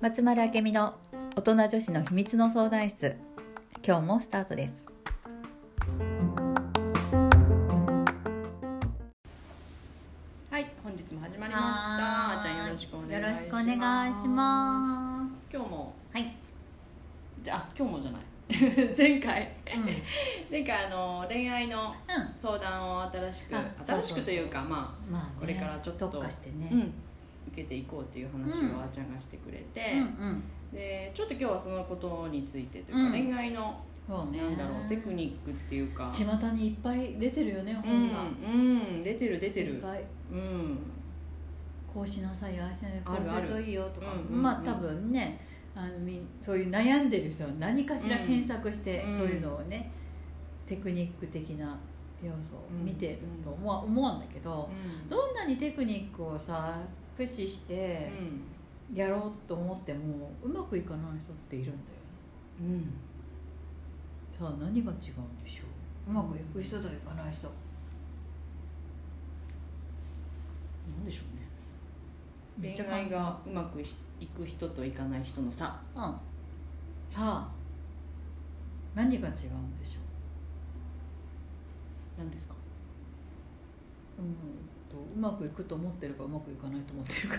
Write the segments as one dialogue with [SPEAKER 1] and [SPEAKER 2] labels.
[SPEAKER 1] 松丸明美の大人女子の秘密の相談室今日もスタートです
[SPEAKER 2] はい、本日も始まりました。あーちゃんよろしくお願いします。
[SPEAKER 1] ます
[SPEAKER 2] 今日も
[SPEAKER 1] はい、
[SPEAKER 2] じゃあ今日もじゃない。 前回
[SPEAKER 1] うんうん、
[SPEAKER 2] 前回あの恋愛の相談を新しく
[SPEAKER 1] あ
[SPEAKER 2] 新
[SPEAKER 1] そ
[SPEAKER 2] し
[SPEAKER 1] うそうそう
[SPEAKER 2] くというかま
[SPEAKER 1] まあ、ね、
[SPEAKER 2] これからちょっと
[SPEAKER 1] 特化してね
[SPEAKER 2] あ、うん受けていこうっていう話
[SPEAKER 1] うん
[SPEAKER 2] をあーちゃんがしてくれて、
[SPEAKER 1] うん
[SPEAKER 2] でちょっと今日はそのことについてというか、
[SPEAKER 1] うん
[SPEAKER 2] 恋愛の
[SPEAKER 1] うんそうね
[SPEAKER 2] なんだろうテクニックっていうか、
[SPEAKER 1] 巷にいっぱい出てるよね
[SPEAKER 2] う
[SPEAKER 1] 本が、
[SPEAKER 2] んうん出てる出て
[SPEAKER 1] いっ
[SPEAKER 2] る、
[SPEAKER 1] ぱい
[SPEAKER 2] うん
[SPEAKER 1] こうしなさいああしなさいこ
[SPEAKER 2] あ
[SPEAKER 1] う
[SPEAKER 2] る
[SPEAKER 1] す
[SPEAKER 2] あ
[SPEAKER 1] る
[SPEAKER 2] る
[SPEAKER 1] といいよとか
[SPEAKER 2] うんうん
[SPEAKER 1] まあ多分ねあのみそういう悩んでる人は何かしら
[SPEAKER 2] うん
[SPEAKER 1] 検索して、
[SPEAKER 2] うん
[SPEAKER 1] そういうのをねテクニック的な要素を見てると思わ思うんだけど、
[SPEAKER 2] うん
[SPEAKER 1] どんなにテクニックをさ駆使してやろうと思ってもうまくいかない人っているんだよね
[SPEAKER 2] うんうん
[SPEAKER 1] さあ何が違うんでしょううまくいく人といかない人
[SPEAKER 2] なんでしょうね
[SPEAKER 1] めっちゃ
[SPEAKER 2] 恋
[SPEAKER 1] 簡単
[SPEAKER 2] 愛がうまくいく人といかない人の差
[SPEAKER 1] うんさあ何が違うんでしょう
[SPEAKER 2] なんですか
[SPEAKER 1] うんとうまくいくと思ってるかうまくいかないと思ってるか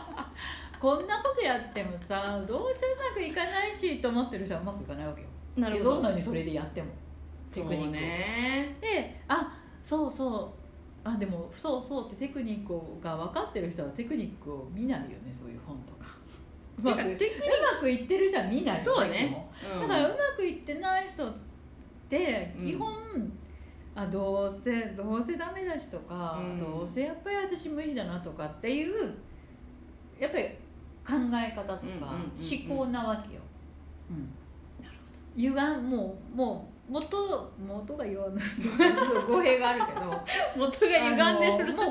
[SPEAKER 1] こんなことやってもさどうせうまくいかないしと思ってる人はうまくいかないわけよ
[SPEAKER 2] な
[SPEAKER 1] どんなにそれでやってもテクニック
[SPEAKER 2] そう
[SPEAKER 1] を
[SPEAKER 2] ね
[SPEAKER 1] であそうそうあでもそうそうってテクニックが分かってる人はテクニックを見ないよねそういう本とかうま
[SPEAKER 2] て
[SPEAKER 1] く
[SPEAKER 2] か
[SPEAKER 1] う
[SPEAKER 2] テク
[SPEAKER 1] まくいってる人は見ないよね
[SPEAKER 2] そうね
[SPEAKER 1] 基
[SPEAKER 2] う
[SPEAKER 1] 本だ
[SPEAKER 2] ん
[SPEAKER 1] からうまくいってない人って
[SPEAKER 2] うん
[SPEAKER 1] 基本、あどうせどうせダメだしとか、
[SPEAKER 2] うん
[SPEAKER 1] どうせやっぱり私無理だなとかっていうやっぱり考え方と
[SPEAKER 2] うんうんうん
[SPEAKER 1] か
[SPEAKER 2] うん
[SPEAKER 1] 思考なわけよ、うん
[SPEAKER 2] なる
[SPEAKER 1] 歪んもうもう元元が言わない語弊があるけど
[SPEAKER 2] ほど元が 歪んで
[SPEAKER 1] あの
[SPEAKER 2] る
[SPEAKER 1] もう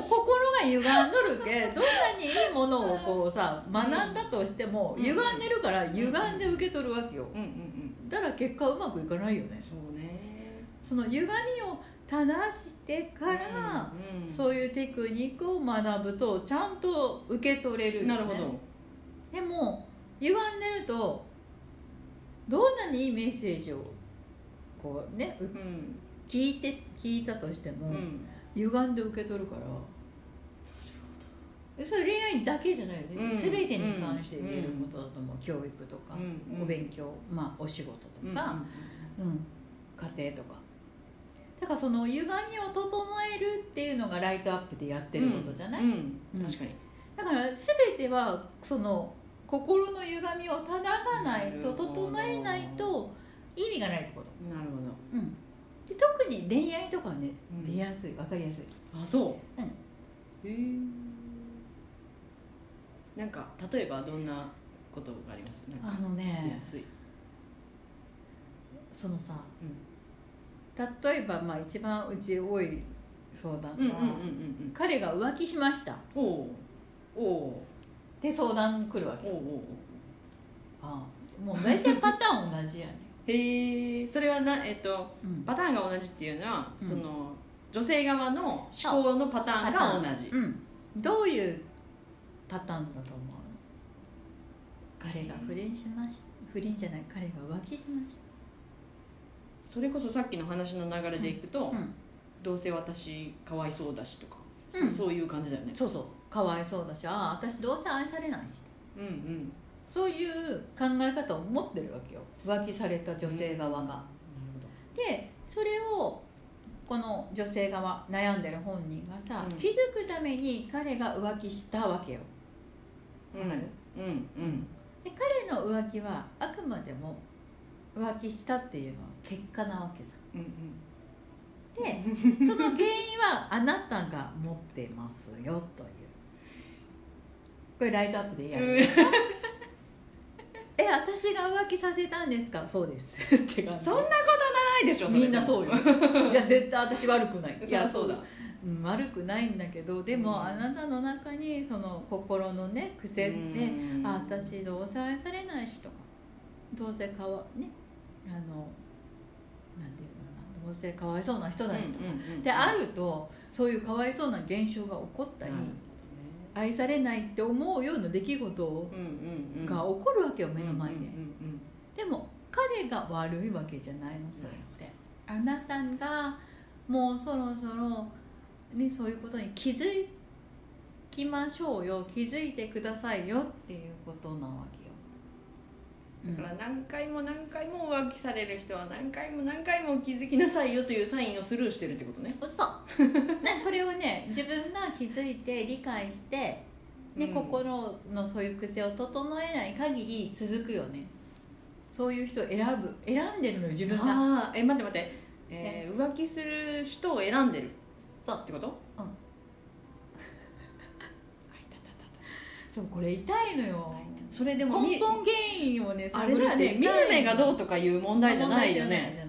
[SPEAKER 1] 心が歪んどるけどんなにいいものをこうさ学んだとしても、
[SPEAKER 2] うん
[SPEAKER 1] 歪んでるから歪んで受け取るわけよ、
[SPEAKER 2] うんうんうん
[SPEAKER 1] だから結果うまくいかないよね
[SPEAKER 2] そうね
[SPEAKER 1] その歪みを正してから、
[SPEAKER 2] うんうん
[SPEAKER 1] そういうテクニックを学ぶとちゃんと受け取れるよ、ね、
[SPEAKER 2] なるほど
[SPEAKER 1] でも歪んでるとどんなにいいメッセージをこうねう
[SPEAKER 2] うん
[SPEAKER 1] 聞いて聞いたとして
[SPEAKER 2] う
[SPEAKER 1] も、
[SPEAKER 2] ん
[SPEAKER 1] 歪んで受け取るからそれ恋愛だけじゃないよね、
[SPEAKER 2] うん
[SPEAKER 1] 全てに関して言えることだと思う、教育とか、
[SPEAKER 2] うんうん
[SPEAKER 1] お勉強、まあ、お仕事とか、うん、家庭とかだからその歪みを整えるっていうのがライトアップでやってることじゃない、
[SPEAKER 2] うんうん
[SPEAKER 1] うん
[SPEAKER 2] 確かに
[SPEAKER 1] だから全てはその心の歪みを正さないと
[SPEAKER 2] なるほど
[SPEAKER 1] 整えないと意味がないってこと、
[SPEAKER 2] なるほ
[SPEAKER 1] うん、で特に恋愛とかはね
[SPEAKER 2] うん
[SPEAKER 1] 出やすい分かりやすい、
[SPEAKER 2] どあそううへえなんか例えばどんなことがありますなんか
[SPEAKER 1] あの
[SPEAKER 2] 出
[SPEAKER 1] ね
[SPEAKER 2] やすい
[SPEAKER 1] そのさ、
[SPEAKER 2] うん
[SPEAKER 1] 例えばまあ一番うち多い相談は、
[SPEAKER 2] うんうんうんうん
[SPEAKER 1] 彼が浮気しました
[SPEAKER 2] うんおうおう
[SPEAKER 1] で相談来るわ
[SPEAKER 2] お
[SPEAKER 1] け
[SPEAKER 2] うおうおう
[SPEAKER 1] ああもう大体パターン同じやね、
[SPEAKER 2] へえそれはな、えっと
[SPEAKER 1] うん
[SPEAKER 2] パターンが同じっていうのは、
[SPEAKER 1] うん
[SPEAKER 2] その女性側の思考のパターンが同じ
[SPEAKER 1] うん、どういうパターンだと思う彼が不倫しました不倫じゃない彼が浮気しまし
[SPEAKER 2] それこそさっきの話の流れでいくと、
[SPEAKER 1] た、うん、
[SPEAKER 2] どうせ私かわいそうだしとか、そ
[SPEAKER 1] うん
[SPEAKER 2] そういう感じだよね
[SPEAKER 1] そうそうかわいそうだしああ私どうせ愛されないし
[SPEAKER 2] うんうん
[SPEAKER 1] そういう考え方を持ってるわけよ浮気された女性側が、でそれをこの女性側悩んでる本人がさ、
[SPEAKER 2] うん
[SPEAKER 1] 気づくために彼が浮気したわけよ
[SPEAKER 2] なるほどうんうんうん
[SPEAKER 1] で彼の浮気はあくまでも浮気したっていうのは結果なわけさ
[SPEAKER 2] うん
[SPEAKER 1] でその原因はあなたが持ってますよというこれライトアップでや
[SPEAKER 2] うん
[SPEAKER 1] る、え私が浮気させたんですかそうです って感じ
[SPEAKER 2] そんなことないでしょ
[SPEAKER 1] みんなそう うよじゃあ絶対私悪くない
[SPEAKER 2] いやそうだ
[SPEAKER 1] うん悪くないんだけどでも、
[SPEAKER 2] うん
[SPEAKER 1] あなたの中にその心のね癖で、
[SPEAKER 2] うん
[SPEAKER 1] あ私どうせ愛されないしとかどうせかわねあのなんていうのかなどうせかわいそうな人だしとか、
[SPEAKER 2] うんうんうん
[SPEAKER 1] であるとそういうかわいそうな現象が起こったり、
[SPEAKER 2] なるほどね
[SPEAKER 1] 愛されないって思うような出来事
[SPEAKER 2] うんうんうん
[SPEAKER 1] が起こるわけよ目の前で、
[SPEAKER 2] うんうん
[SPEAKER 1] でも彼が悪いわけじゃないのそれってあなたがもうそろそろ、ね、そういうことに気づきましょうよ気づいてくださいよっていうことなわけ
[SPEAKER 2] う
[SPEAKER 1] よ
[SPEAKER 2] んだから何回も何回も浮気される人は何回も何回も気づきなさいよというサインをスルーしてるってことね、
[SPEAKER 1] 嘘ねそれをね自分が気づいて理解して、ね
[SPEAKER 2] うん
[SPEAKER 1] 心のそういう癖を整えない限り続くよねそういう人を選ぶ選んでるのよ自分が
[SPEAKER 2] ああえ待って待って、えー浮気する人を選んでる
[SPEAKER 1] そう
[SPEAKER 2] ってこと
[SPEAKER 1] うん
[SPEAKER 2] はいたたたた
[SPEAKER 1] そうこれ痛いのよ
[SPEAKER 2] それでも
[SPEAKER 1] 根
[SPEAKER 2] み
[SPEAKER 1] 本原因をね
[SPEAKER 2] あれだよね見る目がどうとかいう問題じゃないよね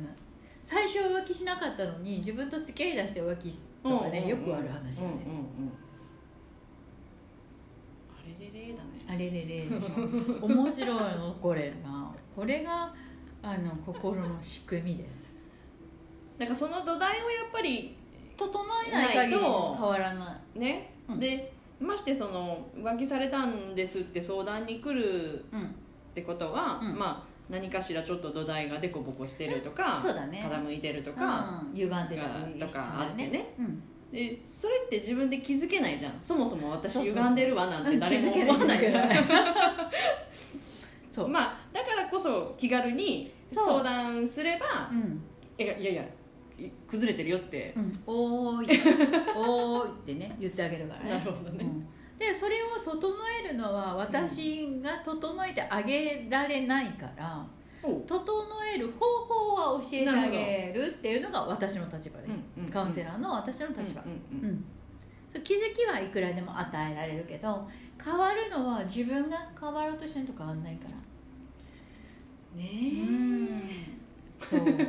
[SPEAKER 1] 最初は浮気しなかったのに自分と付き合いだして浮気とかね、よくある話よね、
[SPEAKER 2] うんうんうんあれれれだね
[SPEAKER 1] あれれれでしょ面白いのこれがこれがあの心の仕組みです
[SPEAKER 2] なんかその土台をやっぱり
[SPEAKER 1] 整えない限り
[SPEAKER 2] ない
[SPEAKER 1] 変
[SPEAKER 2] と
[SPEAKER 1] わらない
[SPEAKER 2] ね、
[SPEAKER 1] うん
[SPEAKER 2] でましてその浮気されたんですって相談に来る
[SPEAKER 1] うん
[SPEAKER 2] ってことは、
[SPEAKER 1] うん
[SPEAKER 2] まあ何かしらちょっと土台がデコボコしてるとか
[SPEAKER 1] そうだね
[SPEAKER 2] 傾いてると
[SPEAKER 1] と
[SPEAKER 2] か、
[SPEAKER 1] うん、歪んでた
[SPEAKER 2] とかあってね、
[SPEAKER 1] うん、
[SPEAKER 2] でそれって自分で気づけないじゃんそもそも私
[SPEAKER 1] そうそうそう
[SPEAKER 2] 歪んでるわなんて誰も思わないじゃん
[SPEAKER 1] 気づ けないそう、
[SPEAKER 2] まあだからこそ気軽に
[SPEAKER 1] そう
[SPEAKER 2] 相談すれば
[SPEAKER 1] う、ん
[SPEAKER 2] いやいやいやい崩れてるよって
[SPEAKER 1] う、ん、おーいおーいってね言ってあげるからね
[SPEAKER 2] なるほどね
[SPEAKER 1] うんでそれを整えるのは私が整えてあげられないから、
[SPEAKER 2] おう
[SPEAKER 1] 整える方法は教えてあげるっていうのが私の立場です、
[SPEAKER 2] うんうん
[SPEAKER 1] カウンセラーの私の立場、
[SPEAKER 2] うんう
[SPEAKER 1] うんん
[SPEAKER 2] うん
[SPEAKER 1] そう気づきはいくらでも与えられるけど変わるのは自分が変わろうとしてると変わんないから
[SPEAKER 2] ね
[SPEAKER 1] そう、 う
[SPEAKER 2] えね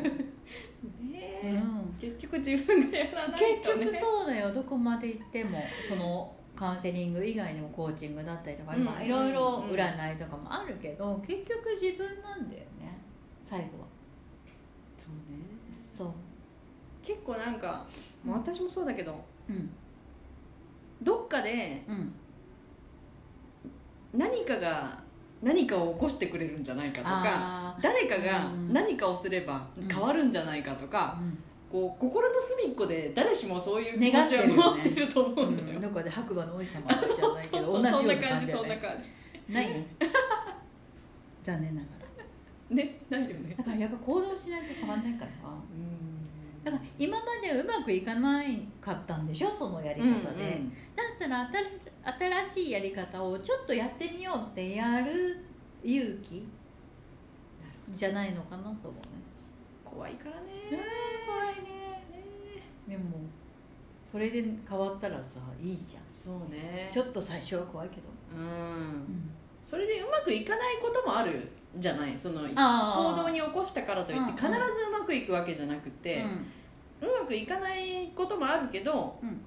[SPEAKER 2] え
[SPEAKER 1] ん
[SPEAKER 2] 結局自分がやらないと
[SPEAKER 1] 結
[SPEAKER 2] ね
[SPEAKER 1] 局そうだよどこまで行ってもそのカウンセリング以外にもコーチングだったりとか、
[SPEAKER 2] うん
[SPEAKER 1] まあいろいろ
[SPEAKER 2] うん
[SPEAKER 1] 占いとかもあるけど結局自分なんだよね最後は
[SPEAKER 2] そうね
[SPEAKER 1] そう
[SPEAKER 2] 結構なんか、もう私もそうだけど
[SPEAKER 1] うん
[SPEAKER 2] どっかで
[SPEAKER 1] うん
[SPEAKER 2] 何かが何かを起こしてくれるんじゃないかとか
[SPEAKER 1] あ
[SPEAKER 2] 誰かが
[SPEAKER 1] うん
[SPEAKER 2] 何かをすれば変わるんじゃないかと
[SPEAKER 1] ー
[SPEAKER 2] か、こう心の隅っこで誰しもそういう気
[SPEAKER 1] 願っ
[SPEAKER 2] 持ち
[SPEAKER 1] て
[SPEAKER 2] を
[SPEAKER 1] るよね
[SPEAKER 2] 持ってると
[SPEAKER 1] う
[SPEAKER 2] 思うんだ
[SPEAKER 1] ん、う
[SPEAKER 2] よ、
[SPEAKER 1] ん、どこで白馬の王子様 じゃないけ
[SPEAKER 2] そう
[SPEAKER 1] ど
[SPEAKER 2] そ
[SPEAKER 1] 同じよう
[SPEAKER 2] うそんな
[SPEAKER 1] な
[SPEAKER 2] 感
[SPEAKER 1] 感じだ
[SPEAKER 2] じ
[SPEAKER 1] よ
[SPEAKER 2] そんな
[SPEAKER 1] ね
[SPEAKER 2] 感じ
[SPEAKER 1] ない ね残念ながら
[SPEAKER 2] ねないよね
[SPEAKER 1] だからやっぱ行動しないと変わんないから
[SPEAKER 2] うん
[SPEAKER 1] だから今までうまくいかないかったんでしょそのやり方で、だったら新し新しいやり方をちょっとやってみようってやる勇気じゃないのかなと思う
[SPEAKER 2] 怖いからね
[SPEAKER 1] ね。怖いねでもそれで変わったらさいいじゃん
[SPEAKER 2] そうね
[SPEAKER 1] ちょっと最初は怖いけど、
[SPEAKER 2] うんそれでうまくいかないこともあるじゃないその
[SPEAKER 1] あ
[SPEAKER 2] 行動に起こしたからといって
[SPEAKER 1] うんうん
[SPEAKER 2] 必ずうまくいくわけじゃなくて、うまくいかないこともあるけど、
[SPEAKER 1] うん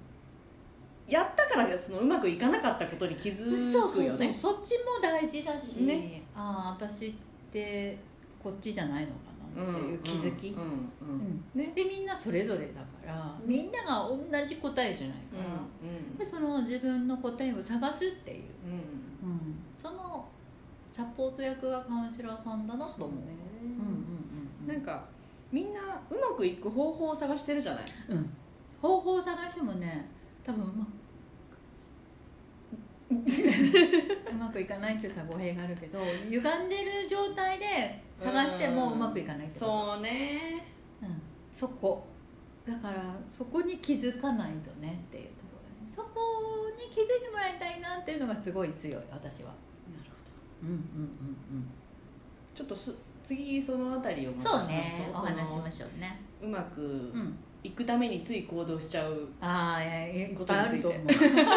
[SPEAKER 2] やったからそのうまくいかなかったことに気づくよね
[SPEAKER 1] そうそうそうそっちも大事だし、
[SPEAKER 2] ね
[SPEAKER 1] ああ私ってこっちじゃないのか
[SPEAKER 2] ん
[SPEAKER 1] なっていう気づき、
[SPEAKER 2] うんうん
[SPEAKER 1] ね、でみんなそれぞれだからみんなが同じ答えじゃない
[SPEAKER 2] う
[SPEAKER 1] か
[SPEAKER 2] ん
[SPEAKER 1] ら、やっ
[SPEAKER 2] うん
[SPEAKER 1] ぱりその自分の答えを探すっていう、
[SPEAKER 2] うん
[SPEAKER 1] そのサポート役がカウンセラーさんだなと思う
[SPEAKER 2] そうね
[SPEAKER 1] うんうんうん
[SPEAKER 2] なんかみんなうまくいく方法を探してるじゃない
[SPEAKER 1] うん方法を探してもね多分うまく うまくいかないって言ったら語弊があるけど歪んでる状態で探してもうまくいかないってこと
[SPEAKER 2] そうね
[SPEAKER 1] うん、そこだからそこに気づかないとねっていうところだねそこに気づいてもらいたいなっていうのがすごい強い私は
[SPEAKER 2] なるほ
[SPEAKER 1] うん
[SPEAKER 2] ど
[SPEAKER 1] うん
[SPEAKER 2] ちょっとす次そのあたりをまた
[SPEAKER 1] そうねお
[SPEAKER 2] そう
[SPEAKER 1] 話しし
[SPEAKER 2] その
[SPEAKER 1] ましょうね
[SPEAKER 2] うまく
[SPEAKER 1] うん
[SPEAKER 2] いくためについ行動しちゃう
[SPEAKER 1] ああいやいっ
[SPEAKER 2] こと
[SPEAKER 1] ぱいあ
[SPEAKER 2] につい
[SPEAKER 1] る
[SPEAKER 2] て
[SPEAKER 1] と 思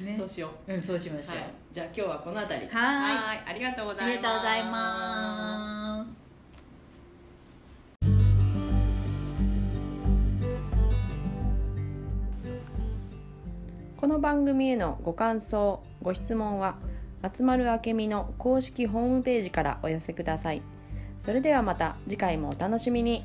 [SPEAKER 1] うね
[SPEAKER 2] そうしよ
[SPEAKER 1] うんそうしま
[SPEAKER 2] う、
[SPEAKER 1] しょ
[SPEAKER 2] は
[SPEAKER 1] う、
[SPEAKER 2] い、じゃあ今日はこのあたり
[SPEAKER 1] はい
[SPEAKER 2] いありがとうござ
[SPEAKER 1] あ
[SPEAKER 2] います
[SPEAKER 1] りがとうございます
[SPEAKER 2] この番組へのご感想ご質問は松丸明美の公式ホームページからお寄せくださいそれではまた次回もお楽しみに